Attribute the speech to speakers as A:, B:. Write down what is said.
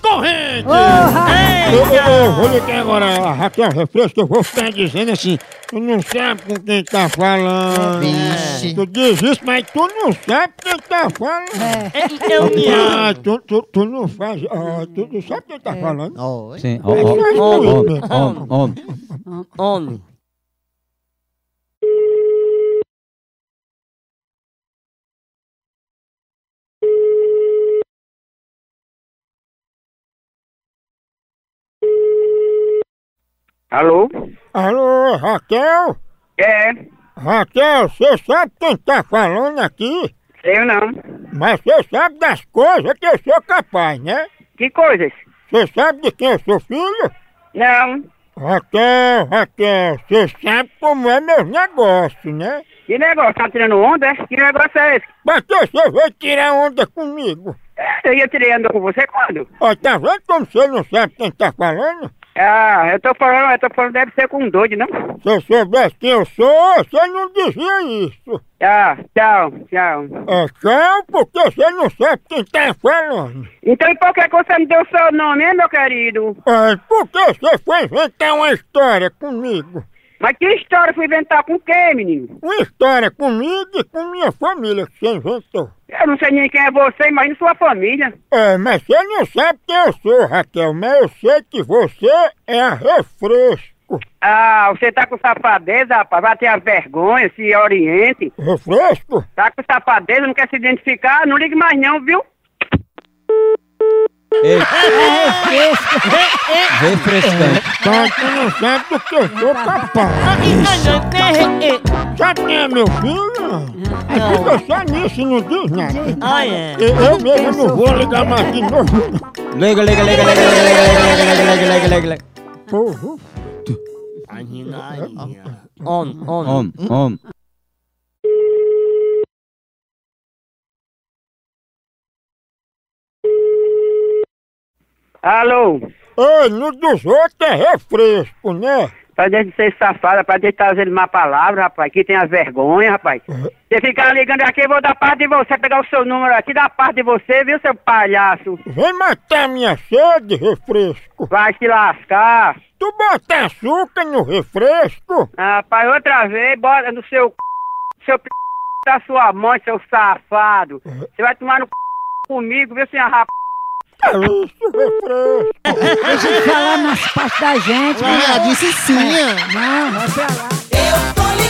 A: corrente! Eita! Vou ligar agora, Raquel Refresco, que eu vou ficar dizendo assim, tu não sabe com quem tá falando.
B: Vixe.
A: Tu diz isso, mas tu não sabe quem tá falando.
B: É.
A: Eu me ah, tu, tu, tu não faz. Ah, tu não sabe quem tá falando.
B: Oi.
C: Sim, ó,
A: É
C: ó,
A: só isso
C: ó,
A: mesmo.
C: ó, ó, ó.
D: Homem.
E: Alô?
A: Alô, Raquel?
E: É,
A: Raquel, você sabe quem tá falando aqui?
E: eu não.
A: Mas você sabe das coisas que eu sou capaz, né?
E: Que coisas?
A: Você sabe de quem eu sou filho?
E: Não.
A: Raquel, Raquel, você sabe como é meu negócio, né?
E: Que negócio? Tá tirando onda? é? Que negócio é esse?
A: Pra que você veio tirar onda comigo?
E: É, Eu tirei onda com você quando?
A: Ó, tá vendo como você não sabe quem tá falando?
E: Ah, eu tô falando, eu tô falando, deve ser com um doido, não?
A: Se eu soubesse quem eu sou, você não dizia isso.
E: Ah, tchau, tchau.
A: É calma, porque você não sabe quem tá falando.
E: Então, por que que você me deu seu nome, hein, meu querido?
A: É, por que você foi inventar uma história comigo?
E: Mas que história eu fui inventar com quem, menino?
A: Uma história comigo e com minha família que você inventou.
E: Eu não sei nem quem é você, imagina sua família.
A: É, mas você não sabe quem eu sou, Raquel, mas eu sei que você é a refresco.
E: Ah, você tá com safadeza, rapaz. Vai ter a vergonha, se oriente.
A: Refresco?
E: Tá com safadeza, não quer se identificar? Não ligue mais não, viu?
C: Ei, refrescante.
A: Só que não sabe do que eu sou capaz. Sabe quem é meu filho? Aí fica só nisso e não diz nada.
D: Olha.
A: Eu, eu mesmo não vou ligar mais de novo.
C: Liga, liga, liga, liga, liga, liga, liga, liga, liga, liga, liga.
A: Porra.
D: Homem, homem.
C: Om, om.
E: Alô?
A: Ei, no dos outros é refresco, né?
E: Pra gente ser safado, pra gente estar usando má palavra, rapaz. Que tem a vergonha, rapaz. Você ficar ligando aqui, eu vou dar parte de você, pegar o seu número aqui, dar parte de você, viu, seu palhaço?
A: Vem matar minha sede, refresco.
E: Vai se lascar.
A: Tu bota açúcar no refresco?
E: Rapaz, outra vez, bora no seu c... seu p... da sua mãe, seu safado. Você vai tomar no c... comigo, viu, senhor rapaz?
A: É isso, refresco.
F: Deixa de falar nas partes da gente.
B: Ah, disse sim, ó.
F: Não, não.
G: Eu tô ligado.